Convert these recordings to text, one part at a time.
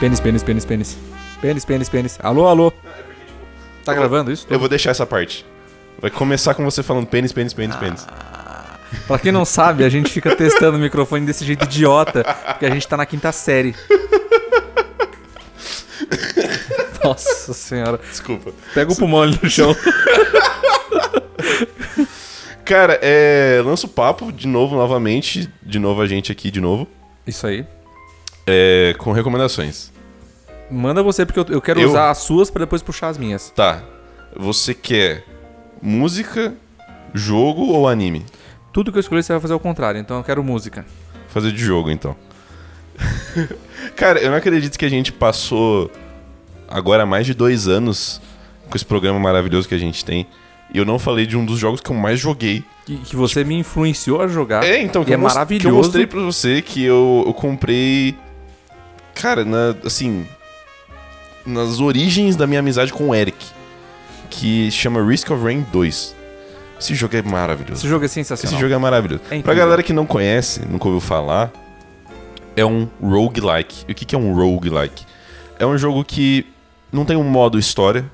Pênis, pênis, pênis, pênis. Pênis, pênis, pênis. Alô, alô. Tá gravando isso? Eu vou deixar essa parte. Vai começar com você falando pênis, pênis, pênis, pênis. Pra quem não sabe, a gente fica testando o microfone desse jeito idiota, porque a gente tá na quinta série. Nossa senhora. Desculpa. Pega o pulmão ali no chão. Cara, é. Lança o papo de novo, novamente. De novo a gente aqui, de novo. Isso aí. É, com recomendações. Manda você, porque eu, eu quero Eu? usar as suas pra depois puxar as minhas. Tá. Você quer música, jogo ou anime? Tudo que eu escolher você vai fazer ao contrário, então eu quero música. Fazer de jogo, então. Cara, eu não acredito que a gente passou agora mais de dois anos com esse programa maravilhoso que a gente tem. E eu não falei de um dos jogos que eu mais joguei. Que, que você me influenciou a jogar. É, então, que, e é eu, mos- que eu maravilhoso. mostrei pra você que eu, eu comprei. Cara, na, assim. Nas origens da minha amizade com o Eric. Que chama Risk of Rain 2. Esse jogo é maravilhoso. Esse jogo é Esse sensacional. jogo é maravilhoso. É incrível. pra galera que não conhece, nunca ouviu falar, é um roguelike. E o que, que é um roguelike? É um jogo que não tem um modo história.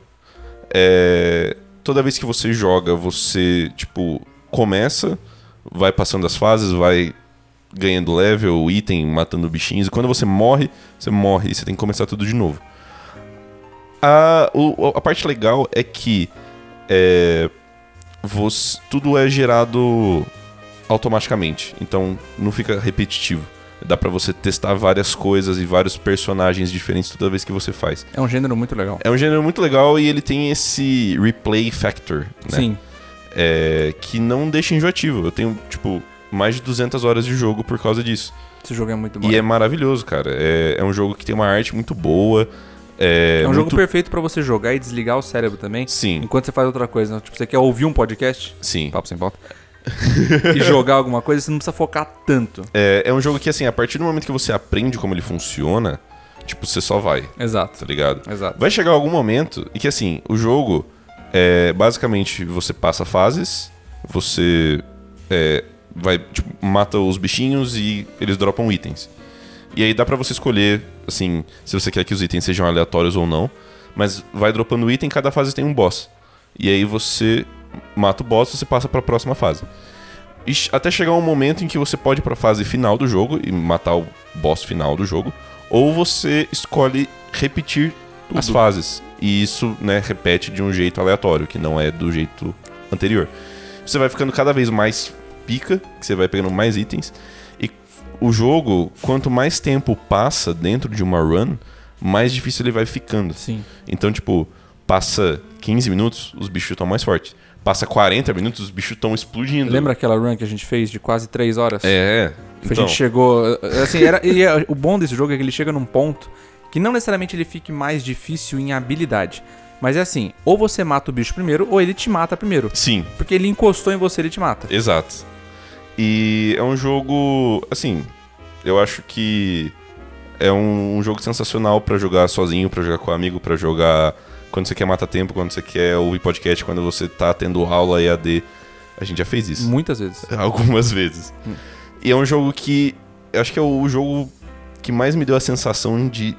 É, Toda vez que você joga, você, tipo, começa, vai passando as fases, vai ganhando level, item, matando bichinhos. E quando você morre, você morre e você tem que começar tudo de novo. A, o- a parte legal é que é, você- tudo é gerado automaticamente, então não fica repetitivo. Dá pra você testar várias coisas e vários personagens diferentes toda vez que você faz. É um gênero muito legal. É um gênero muito legal e ele tem esse replay factor, né? Sim. É, que não deixa enjoativo. Eu tenho, tipo, mais de 200 horas de jogo por causa disso. Esse jogo é muito bom. E é maravilhoso, cara. É, é um jogo que tem uma arte muito boa. É, É um muito... jogo perfeito pra você jogar e desligar o cérebro também. Sim, Enquanto você faz outra coisa. né? Tipo, você quer ouvir um podcast? sim. Papo sem pauta. e jogar alguma coisa, você não precisa focar tanto. É, é um jogo que, assim, a partir do momento que você aprende como ele funciona, tipo, você só vai, Exato. tá ligado? Exato. Vai chegar algum momento em que, assim, o jogo é basicamente você passa fases, você é, vai, tipo, mata os bichinhos e eles dropam itens. E aí dá pra você escolher, assim, se você quer que os itens sejam aleatórios ou não, mas vai dropando item, cada fase tem um boss. E aí você mata o boss, você passa pra próxima fase. E ch- até chegar um momento em que você pode ir pra fase final do jogo e matar o boss final do jogo, ou você escolhe repetir as fases. E isso, né, repete de um jeito aleatório, que não é do jeito anterior. Você vai ficando cada vez mais pica, que você vai pegando mais itens. E o jogo, quanto mais tempo passa dentro de uma run, mais difícil ele vai ficando. Sim. Então, tipo, passa 15 minutos, os bichos estão mais fortes. Passa 40 minutos, os bichos estão explodindo. Lembra aquela run que a gente fez de quase 3 horas? É, é. Que a gente chegou. Assim, era, e é- o bom desse jogo é que ele chega num ponto que não necessariamente ele fique mais difícil em habilidade. Mas é assim, ou você mata o bicho primeiro, ou ele te mata primeiro. Sim, Porque ele encostou em você, ele te mata. exato. E é um jogo, assim, eu acho que é um, um jogo sensacional pra jogar sozinho, pra jogar com amigo, pra jogar quando você quer matar tempo, quando você quer ouvir podcast, quando você tá tendo aula EAD. A gente já fez isso. Muitas vezes. algumas vezes. E é um jogo que. Eu acho que é o jogo que mais me deu a sensação de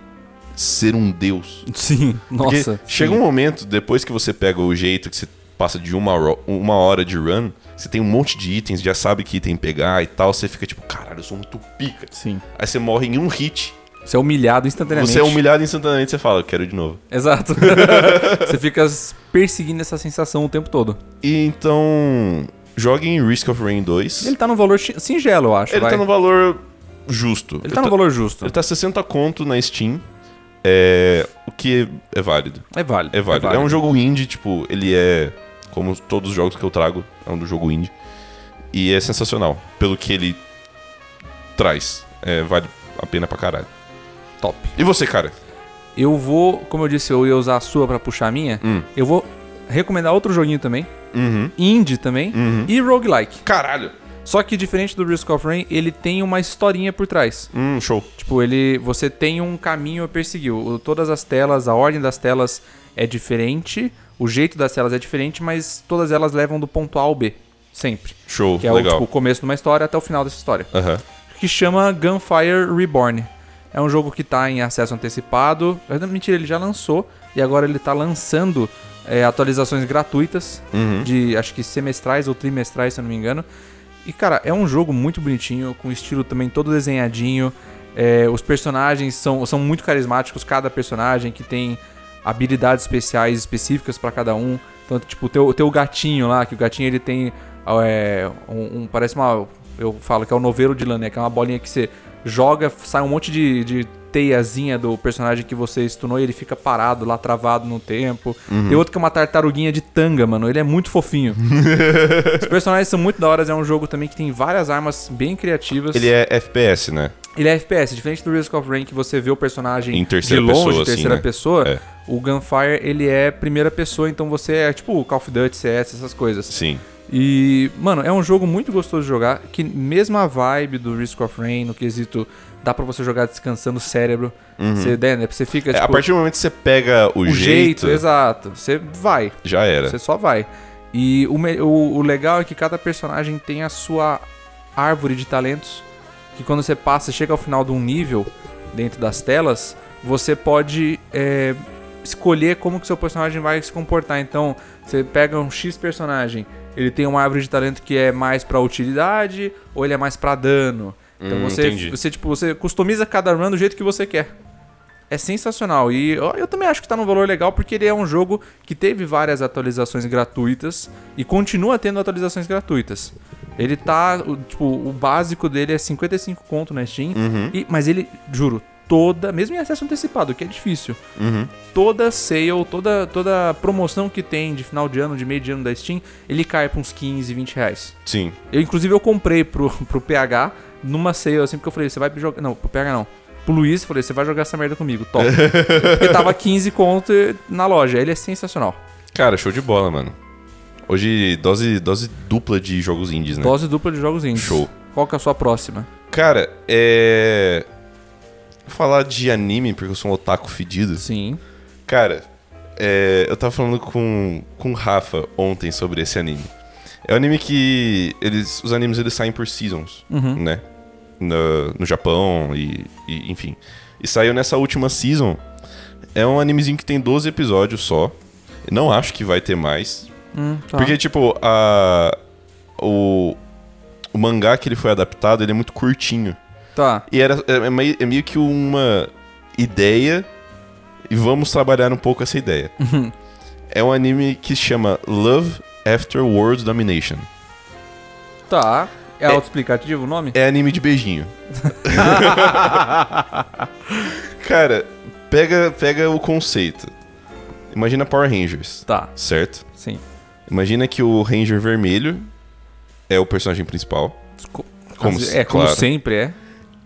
ser um deus. Sim. Porque Nossa. chega um momento, depois que você pega o jeito, que você passa de uma, ro- uma hora de run, você tem um monte de itens, já sabe que item pegar e tal, você fica tipo, caralho, eu sou muito pica. Sim. Aí você morre em um hit. Você é humilhado instantaneamente. Você é humilhado instantaneamente, você fala, eu quero de novo. Exato. você fica perseguindo essa sensação o tempo todo. E então, joguem Risk of Rain 2. Ele tá num valor chi- singelo, eu acho. Ele vai. tá no valor justo. Ele tá no valor justo. Ele tá 60 conto na Steam. É, o que é válido. É válido. É válido. É, um jogo indie, tipo, ele é. Como todos os jogos que eu trago, é um do jogo indie. E é sensacional. Pelo que ele traz. É, vale a pena pra caralho. top. E você, cara? Eu vou, como eu disse, eu ia usar a sua pra puxar a minha. Hum. Eu vou recomendar outro joguinho também, Uhum. indie também Uhum. e roguelike. Caralho! Só que diferente do Risk of Rain, ele tem uma historinha por trás. Hum, show. Tipo, ele, você tem um caminho a perseguir. O- Todas as telas, a ordem das telas é diferente, o jeito das telas é diferente, mas todas elas levam do ponto A ao B, sempre. Show, Que é o legal. tipo, o começo de uma história até o final dessa história Aham. que chama Gunfire Reborn. É um jogo que tá em acesso antecipado. Ah, não, Mentira, ele já lançou e agora ele tá lançando é, atualizações gratuitas de acho que semestrais ou trimestrais, se eu não me engano. E cara, é um jogo muito bonitinho, com estilo também todo desenhadinho. É, os personagens são, são muito carismáticos, cada personagem que tem habilidades especiais específicas pra cada um. Então, tipo, tem o, tem o gatinho lá, que o gatinho ele tem. é, um, um- parece uma. Eu falo que é o novelo de lã, né? Que é uma bolinha que você joga, sai um monte de, de teiazinha do personagem que você stunou e ele fica parado lá, travado no tempo. Tem outro que é uma tartaruguinha de tanga, mano. Ele é muito fofinho. Os personagens são muito da hora, é um jogo também que tem várias armas bem criativas. Ele é FPS, né? Ele é FPS, diferente do Risk of Rain que você vê o personagem Em terceira de longe, pessoa, assim, terceira né? pessoa. É. O Gunfire, ele é primeira pessoa, então você é tipo o Call of Duty, CS, essas coisas. Sim. E, mano, é um jogo muito gostoso de jogar, que mesma vibe do Risk of Rain, no quesito, dá pra você jogar descansando o cérebro. Você, né, você fica, Uhum. É, tipo, a partir do momento que você pega o, o jeito, jeito, É. exato. Você vai, já era. você só vai. E o, me- o- o legal é que cada personagem tem a sua árvore de talentos. Que quando você passa, chega ao final de um nível dentro das telas, você pode é, escolher como que seu personagem vai se comportar. Então, você pega um X personagem, ele tem uma árvore de talento que é mais pra utilidade ou ele é mais pra dano. Então Hum, você, entendi. você, tipo, você customiza cada run do jeito que você quer. É sensacional. E eu, eu também acho que tá num valor legal, porque ele é um jogo que teve várias atualizações gratuitas e continua tendo atualizações gratuitas. Ele tá. o- Tipo, o básico dele é 55 conto na Steam. Uhum, E, mas ele, juro, toda. Mesmo em acesso antecipado, que é difícil. uhum. Toda sale, toda, toda promoção que tem de final de ano, de meio de ano da Steam, ele cai pra uns 15, 20 reais. Sim. Eu, inclusive, eu comprei pro, pro PH numa sale assim, porque eu falei, você vai jogar. Não, pro PH não. Pro Luiz, eu falei, você vai jogar essa merda comigo, top. porque tava 15 conto na loja. Ele é sensacional. Cara, show de bola, mano. Hoje, dose, dose dupla de jogos indies, né? Dose dupla de jogos indies. Show. Qual que é a sua próxima? Cara, é. Vou falar de anime, porque eu sou um otaku fedido. Sim. Cara, é, eu tava falando com, com o Rafa ontem sobre esse anime. É um anime que. Eles, os animes eles saem por seasons, Uhum. né? No, no Japão e, e- Enfim. E saiu nessa última season. É um animezinho que tem 12 episódios só. Eu Não acho que vai ter mais. Hum, tá. Porque, tipo, a. O, o mangá que ele foi adaptado, ele é muito curtinho. Tá. E era, é, é meio, é meio que uma ideia. E vamos trabalhar um pouco essa ideia. é um anime que se chama Love After World Domination. Tá. É, autoexplicativo o nome? É anime de beijinho. Cara, pega, pega o conceito. Imagina Power Rangers, Tá. certo? Sim. Imagina que o Ranger vermelho é o personagem principal. Co- Como Mas- se- é, como claro. sempre é.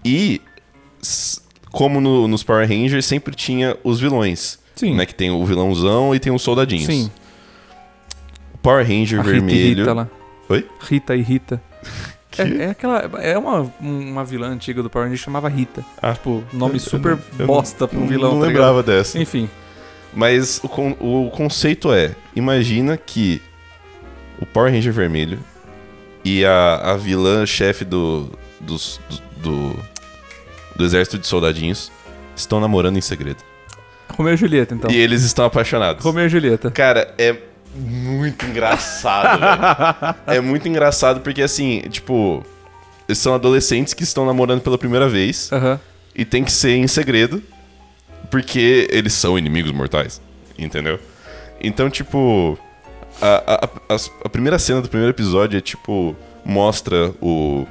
E s- como no- nos Power Rangers sempre tinha os vilões. Sim. Né, que tem o vilãozão e tem os soldadinhos. Sim. Power Ranger A Rita e vermelho. Rita lá. Oi? Rita e Rita. Que? É, é aquela. É uma, uma vilã antiga do Power Rangers que chamava Rita. Ah. tipo, nome Eu- super eu não- eu bosta pra um vilão. Não tá ligado? lembrava dessa. Enfim. Mas o, con- o conceito é: imagina que o Power Ranger vermelho e a, a vilã chefe do, dos- do, do- do exército de soldadinhos estão namorando em segredo. Romeu e Julieta, então. E eles estão apaixonados. Romeu e Julieta. Cara, é muito engraçado, velho. É muito engraçado porque, assim, tipo, eles são adolescentes que estão namorando pela primeira vez. Aham. E tem que ser em segredo, porque eles são inimigos mortais, entendeu? Então, tipo, a, a- a- as- a primeira cena do primeiro episódio é, tipo, mostra o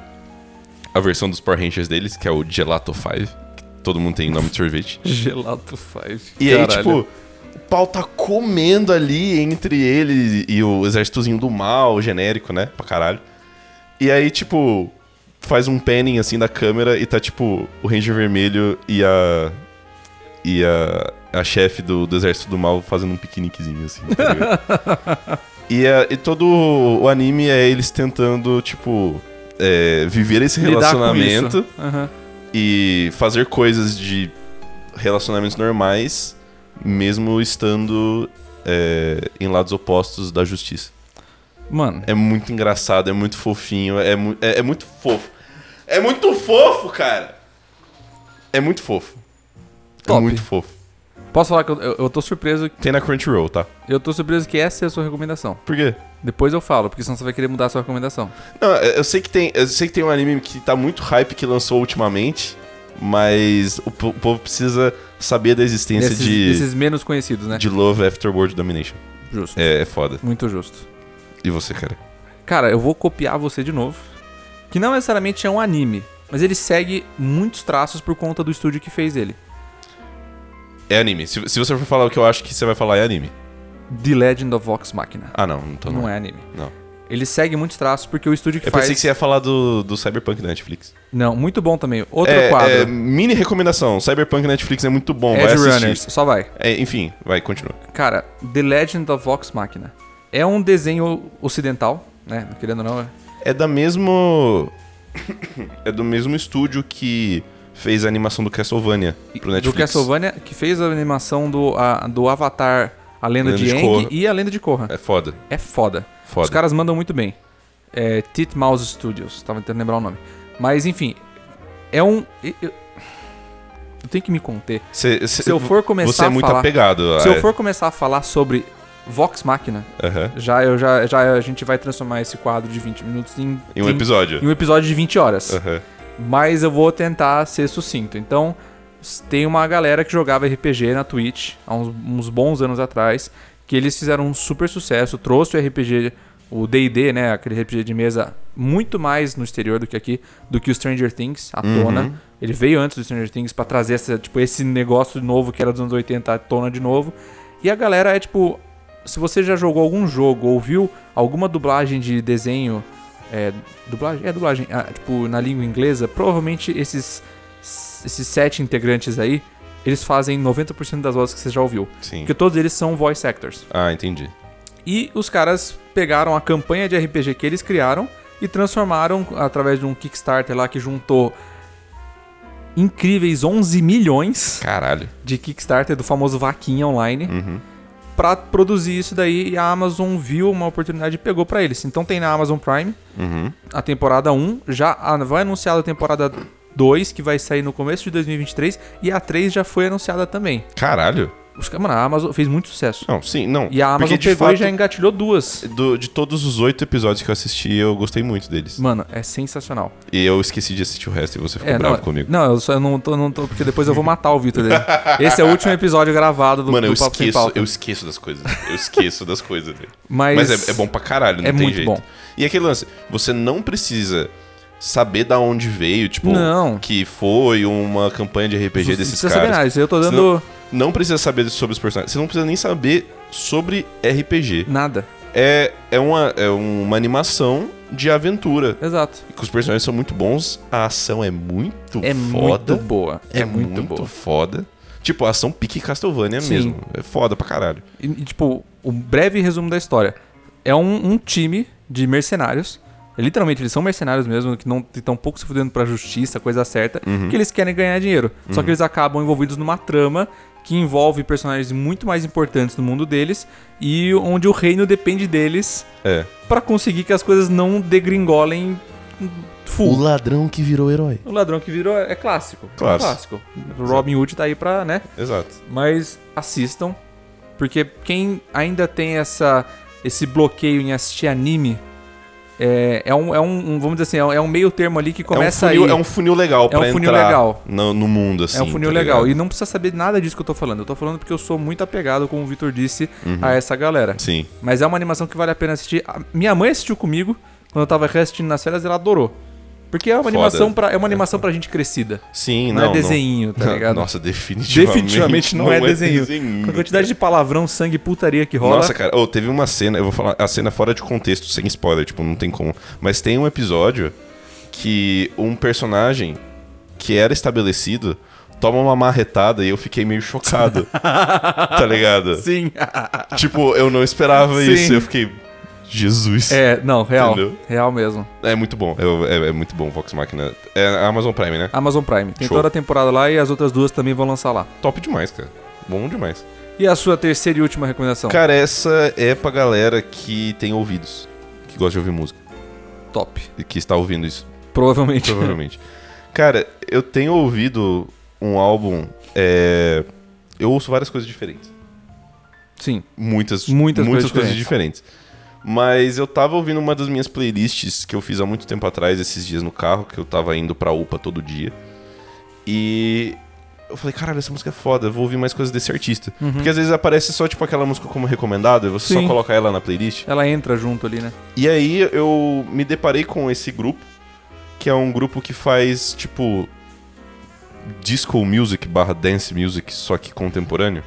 a versão dos Power Rangers deles, que é o Gelato 5, que todo mundo tem nome de sorvete. Gelato faz. E aí, tipo, o pau tá comendo ali entre ele e o exércitozinho do mal, genérico, né? Pra caralho. E aí, tipo, faz um panning assim da câmera e tá, tipo, o Ranger Vermelho e a. E a, a chefe do, do exército do mal fazendo um piqueniquezinho, assim, tá ligado? e, a- e todo o anime é eles tentando, tipo, é, viver esse Lidar com relacionamento isso. Aham. e fazer coisas de relacionamentos normais, mesmo estando é, em lados opostos da justiça. Mano, É muito engraçado, é muito fofinho, é, mu- é- é muito fofo. É muito fofo, cara! É muito fofo. É Top. muito fofo. posso falar que eu, eu, eu tô surpreso. Tem na Crunchyroll, tá? Eu tô surpreso que essa é a sua recomendação. Por quê? Depois eu falo, porque senão você vai querer mudar a sua recomendação. Não, é, eu eu sei que tem, eu sei que tem um anime que tá muito hype que lançou ultimamente, mas o, po- o povo precisa saber da existência Desses, de desses menos conhecidos, né? de Love After World Domination. Justo. É, é foda. Muito justo. E você, cara? Cara, eu vou copiar você de novo. Que não necessariamente é um anime, mas ele segue muitos traços por conta do estúdio que fez ele. É anime. Se, se você for falar o que eu acho que você vai falar é anime. The Legend of Vox Machina. Ah, não, então não, não é. é anime. Não. Ele segue muitos traços porque o estúdio que Eu faz. pensei que você ia falar do, do Cyberpunk da Netflix. Não, muito bom também. Outro é, é, quadro. mini recomendação. Cyberpunk Netflix é muito bom, vai Edge assistir. Runners. Só vai. É, enfim, vai, continua. Cara, The Legend of Vox Machina. É um desenho ocidental, né? Querendo ou não, é- É da mesmo... é do mesmo estúdio que fez a animação do Castlevania pro Netflix. do Castlevania, que fez a animação do, a- do Avatar, a lenda, Lenda de de Aang Korra. e a lenda de Korra. É foda, É foda. foda. Os caras mandam muito bem. É Titmouse Studios, tava tentando lembrar o nome. Mas enfim, é um. Eu, eu- eu tenho que me conter. Cê- cê- Se eu for começar Você é a muito falar- apegado. é. Se a- eu for começar a falar sobre Vox Machina, Aham. já, eu, já, já a gente vai transformar esse quadro de 20 minutos em, Em um em- episódio. em um episódio de 20 horas. Aham. Mas eu vou tentar ser sucinto. Então, s- tem uma galera que jogava RPG na Twitch há uns, uns bons anos atrás, que eles fizeram um super sucesso, trouxe o RPG, o D&D, né, aquele RPG de mesa, muito mais no exterior do que aqui, do que o Stranger Things, à Uhum. tona. Ele veio antes do Stranger Things pra trazer essa, tipo, esse negócio novo que era dos anos 80 à tona de novo. E a galera é tipo, se você já jogou algum jogo, ouviu alguma dublagem de desenho, é, dublagem, é dublagem, ah, tipo, na língua inglesa, provavelmente esses, esses sete integrantes aí, eles fazem 90% das vozes que você já ouviu. Sim. Porque todos eles são voice actors. Ah, entendi. E os caras pegaram a campanha de RPG que eles criaram e transformaram através de um Kickstarter lá que juntou incríveis 11 milhões Caralho. de Kickstarter do famoso Vaquinha Online Uhum. pra produzir isso daí e a Amazon viu uma oportunidade e pegou pra eles. Então tem na Amazon Prime Uhum. a temporada 1, já a- vai anunciada a temporada 2 que vai sair no começo de 2023 e a 3 já foi anunciada também. Caralho. Os, ca- mano, a Amazon fez muito sucesso. Não, sim, não. E a Amazon Porque, de pegou e fato, já engatilhou duas. do- de todos os oito episódios que eu assisti, eu gostei muito deles. Mano, é sensacional. E eu esqueci de assistir o resto e você ficou é, bravo não, comigo. Não, eu só não tô, não tô, porque depois eu vou matar o Vitor dele. Esse é o último episódio gravado do, Mano, eu do Papo Sem esqueço, Pauta. eu esqueço das coisas. Eu esqueço das coisas, velho. Mas, Mas, é, é bom pra caralho, não é tem muito jeito. bom. E aquele lance, você não precisa saber da onde veio, tipo, Não. que foi uma campanha de Não RPG desses precisa caras. saber nada, isso aí eu tô Você dando Não precisa saber sobre os personagens. Você não precisa nem saber sobre RPG. nada. É, é, uma, é uma animação de aventura. Exato. Os personagens são muito bons, a ação é muito É foda. muito boa. É, muito, boa. foda. Tipo, a ação pique Castlevania Sim. mesmo. É foda pra caralho. E, e, tipo, um breve resumo da história. É um, um time de mercenários. é, Literalmente, eles são mercenários mesmo, que não estão pouco se fudendo pra justiça, coisa certa, que eles querem ganhar dinheiro. Só que eles acabam envolvidos numa trama que envolve personagens muito mais importantes no mundo deles e onde o reino depende deles É. pra conseguir que as coisas não degringolem full. ladrão que virou herói. O ladrão que virou é é clássico. Clássico. É um clássico. O Robin Hood tá aí pra, né? Exato. Mas assistam, porque quem ainda tem essa, esse bloqueio em assistir anime, é, é, um, é um, um- vamos dizer assim, é um, é um meio termo ali que começa é um funil, aí. É um funil legal pra um funil entrar legal. No, no mundo, assim. É um funil tá legal. ligado? E não precisa saber nada disso que eu tô falando. Eu tô falando porque eu sou muito apegado, como o Vitor disse, Uhum. a essa galera. Sim. Mas é uma animação que vale a pena assistir. A- minha mãe assistiu comigo quando eu tava reassistindo nas férias, ela adorou. Porque é uma Foda. animação pra, é uma animação pra gente crescida. Sim, Não, não. é desenhinho, tá ligado? Nossa, definitivamente. Definitivamente não, é, desenho. Com a quantidade de palavrão, sangue e putaria que rola. Nossa, cara, ô, teve uma cena, eu vou falar, a cena fora de contexto, sem spoiler, tipo, não tem como. Mas tem um episódio que um personagem que era estabelecido toma uma marretada e eu fiquei meio chocado. tá ligado? Sim. Tipo, eu não esperava Sim. isso, eu fiquei. Jesus. É, não, real. Entendeu? Real mesmo. É muito bom. É, é- é muito bom Vox Machina. É a Amazon Prime, né? Amazon Prime. Tem Show. toda a temporada lá e as outras duas também vão lançar lá. Top demais, cara. Bom demais. E a sua terceira e última recomendação? Cara, essa é pra galera que tem ouvidos, que gosta de ouvir música, Top. e que está ouvindo isso, Provavelmente. provavelmente. Cara, eu tenho ouvido um álbum. é, Eu ouço várias coisas diferentes. Sim. Muitas, Muitas muitas, coisas coisas diferentes. Mas eu tava ouvindo uma das minhas playlists que eu fiz há muito tempo atrás, esses dias no carro, que eu tava indo pra UPA todo dia. E eu falei, caralho, essa música é foda, eu vou ouvir mais coisas desse artista. Porque às vezes aparece só, tipo, aquela música como recomendada, e você Sim. só coloca ela na playlist. Ela entra junto ali, né? E aí eu me deparei com esse grupo, que é um grupo que faz, tipo, disco music barra dance music, só que contemporâneo.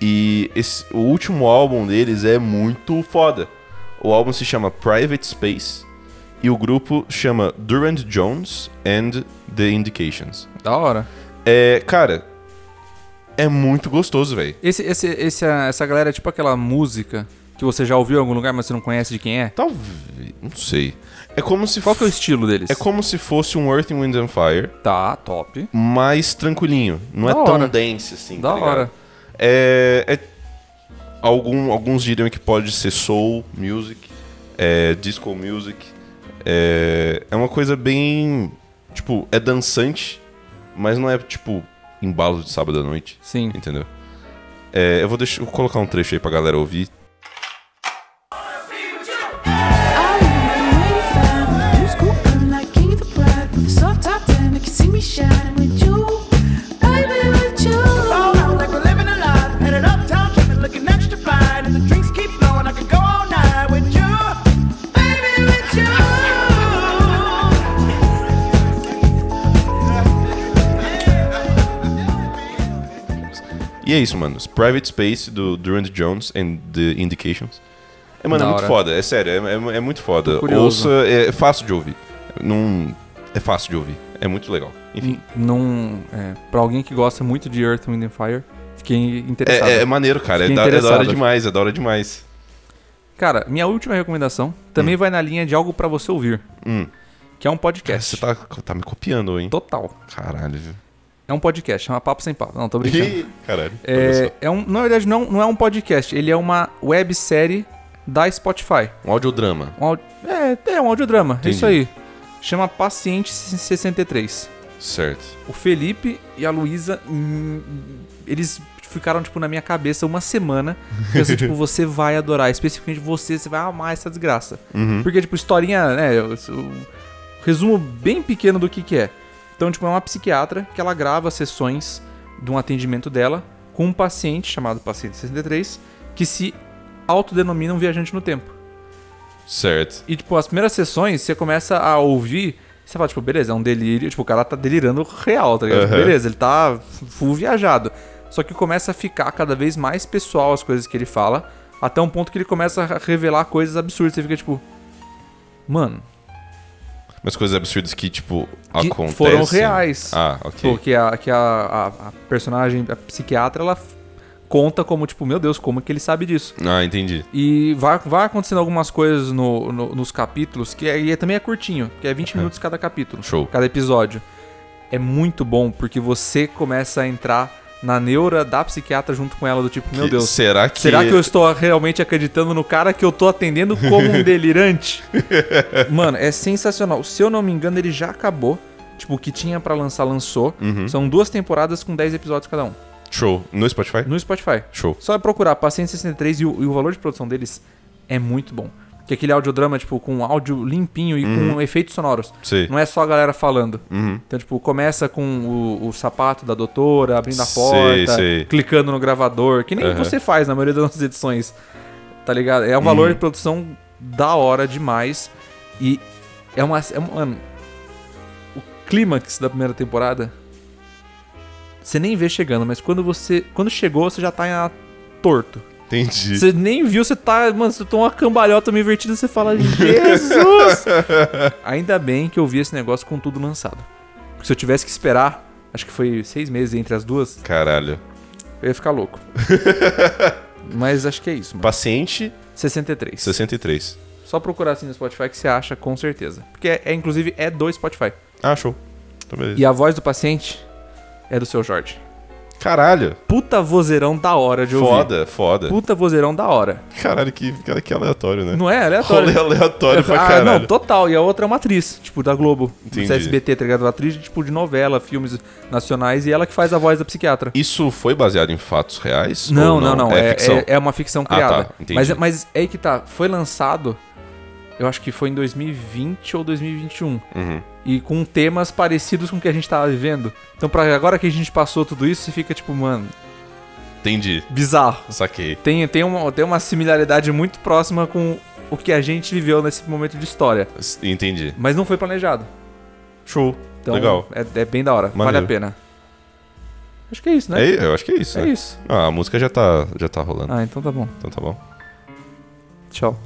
E esse- o último álbum deles é muito foda. O álbum se chama Private Space e o grupo chama Durand Jones and The Indications. Da hora. É, cara, é muito gostoso, velho. Esse, esse, esse, essa galera é tipo aquela música que você já ouviu em algum lugar, mas você não conhece de quem é. Talvez, não sei. É como se Qual que é o f- estilo deles? é como se fosse um Earth, Wind and Fire Tá, top. mais tranquilinho. Não Da é hora. tão dense assim. Da tá ligado? hora. É, é- algum, alguns diriam que pode ser soul music, é, disco music. É, é uma coisa bem. Tipo, é dançante, mas não é tipo embalo de sábado à noite. Sim. Entendeu? É, eu vou, deixar, eu vou colocar um trecho aí pra galera ouvir. Soft top down, make you see me shine with you, baby, with you. all out like we're living a lot. At an uptown trip and looking extra fine. And the drinks keep flowing, I could go all night with you. Baby, with you. E é isso, mano. Private Space do Durant Jones and The Indications. É, mano, é Da muito hora. foda. É sério, é, é- é muito foda. curioso. Ouça, é, é fácil de ouvir. Não, é fácil de ouvir. É muito legal. Enfim. N- Não. É, pra alguém que gosta muito de Earth, Wind and Fire, fiquei interessado. É, é- é maneiro, cara. É Fiquei da, é da hora interessado. demais, é da hora demais. Cara, minha última recomendação também vai na linha de algo pra você ouvir. Hum. Que é um Cara, podcast. você tá, tá me copiando, hein? Total. Caralho, viu? É um podcast, chama Papo Sem Papo. Não, tô brincando. Ih, Caralho. olha só. É, é um, na verdade, não, não é um podcast, ele é uma websérie da Spotify. Um audiodrama. Um au- é, é um audiodrama, é Entendi. isso aí. Chama Paciente 63. Certo. O Felipe e a Luísa, hum, eles ficaram, tipo, na minha cabeça uma semana. Pensando, tipo, você vai adorar, especificamente você, você vai amar essa desgraça. Porque, tipo, historinha, né, o resumo bem pequeno do que que é. Então, tipo, é uma psiquiatra que ela grava sessões de um atendimento dela com um paciente, chamado paciente 63, que se autodenomina um viajante no tempo. Certo. E, tipo, as primeiras sessões, você começa a ouvir, você fala, tipo, beleza, é um delírio. Tipo, o cara tá delirando real, tá ligado? Tipo, Aham. Beleza, ele tá full viajado. Só que começa a ficar cada vez mais pessoal as coisas que ele fala, até um ponto que ele começa a revelar coisas absurdas. Você fica, tipo, mano, Mas coisas absurdas que, tipo, Que acontecem. foram reais. Ah, tipo, ok. que, a, que a, a- a personagem, a psiquiatra, ela f- conta como, tipo, meu Deus, como que ele sabe disso? Ah, entendi. E vai, vai acontecendo algumas coisas no- no- nos capítulos, que é, e é- também é curtinho, que é 20 minutos cada capítulo. Show. Cada episódio. É muito bom, porque você começa a entrar na neura da psiquiatra junto com ela, do tipo, meu Que- Deus. Será que. Será que eu estou realmente acreditando no cara que eu tô atendendo como um delirante? Mano, é sensacional. Se eu não me engano, ele já acabou. Tipo, o que tinha pra lançar, lançou. Uhum. São duas temporadas com 10 episódios cada um. Show. No Spotify? No Spotify. Show. Só é procurar Paciente 63 e o, e o valor de produção deles é muito bom. Que é aquele audiodrama, tipo, com áudio limpinho e com efeitos sonoros. Sei. Uhum. Não é só a galera falando. Então, tipo, começa com o, o sapato da doutora, abrindo a Sei, porta, sei. clicando no gravador, que nem Aham. você faz na maioria das nossas edições. Tá ligado? É um valor Uhum. de produção da hora demais. E é uma. É, um- mano, o clímax da primeira temporada. Você nem vê chegando, mas quando você. Quando chegou, você já tá em- torto. Entendi. Você nem viu, você tá. Mano, você toma uma cambalhota meio invertida você fala, Jesus! Ainda bem que eu vi esse negócio com tudo lançado. Porque se eu tivesse que esperar, acho que foi seis meses entre as duas, Caralho. eu ia ficar louco. Mas acho que é isso, mano. Paciente 63. 63. Só procurar assim no Spotify que você acha, com certeza. Porque é, é, inclusive, é do Spotify. Ah, show. Então, beleza. E a voz do paciente é do seu Jorge. Caralho. Puta vozeirão da hora de ouvir. Foda, foda. Puta vozeirão da hora. Caralho, que, cara, que aleatório, né? Não é? Aleatório. Rolê aleatório pra ah, caralho. não, total. E a outra é uma atriz, tipo, da Globo. Entendi. Do CSBT, tá ligado? Uma atriz, tipo, de novela, filmes nacionais. E ela que faz a voz da psiquiatra. Isso foi baseado em fatos reais? Não, ou não, não. É, ficção. é- é uma ficção tá, criada. entendi. mas, é- mas é aí que tá. Foi lançado, eu acho que foi em 2020 ou 2021. Uhum. E com temas parecidos com o que a gente tava vivendo. Então, pra agora que a gente passou tudo isso, você fica tipo, mano, é- Entendi. bizarro. Saquei. Tem, tem, uma, tem uma similaridade muito próxima com o que a gente viveu nesse momento de história. S- Entendi. Mas não foi planejado. Show. Então, Legal. É, é bem da hora. Vale Maneiro. a pena. Acho que é isso, né? É, eu acho que é isso, É né? isso. Ah, a música já tá, já tá rolando. Ah, então tá bom. Então tá bom. Tchau.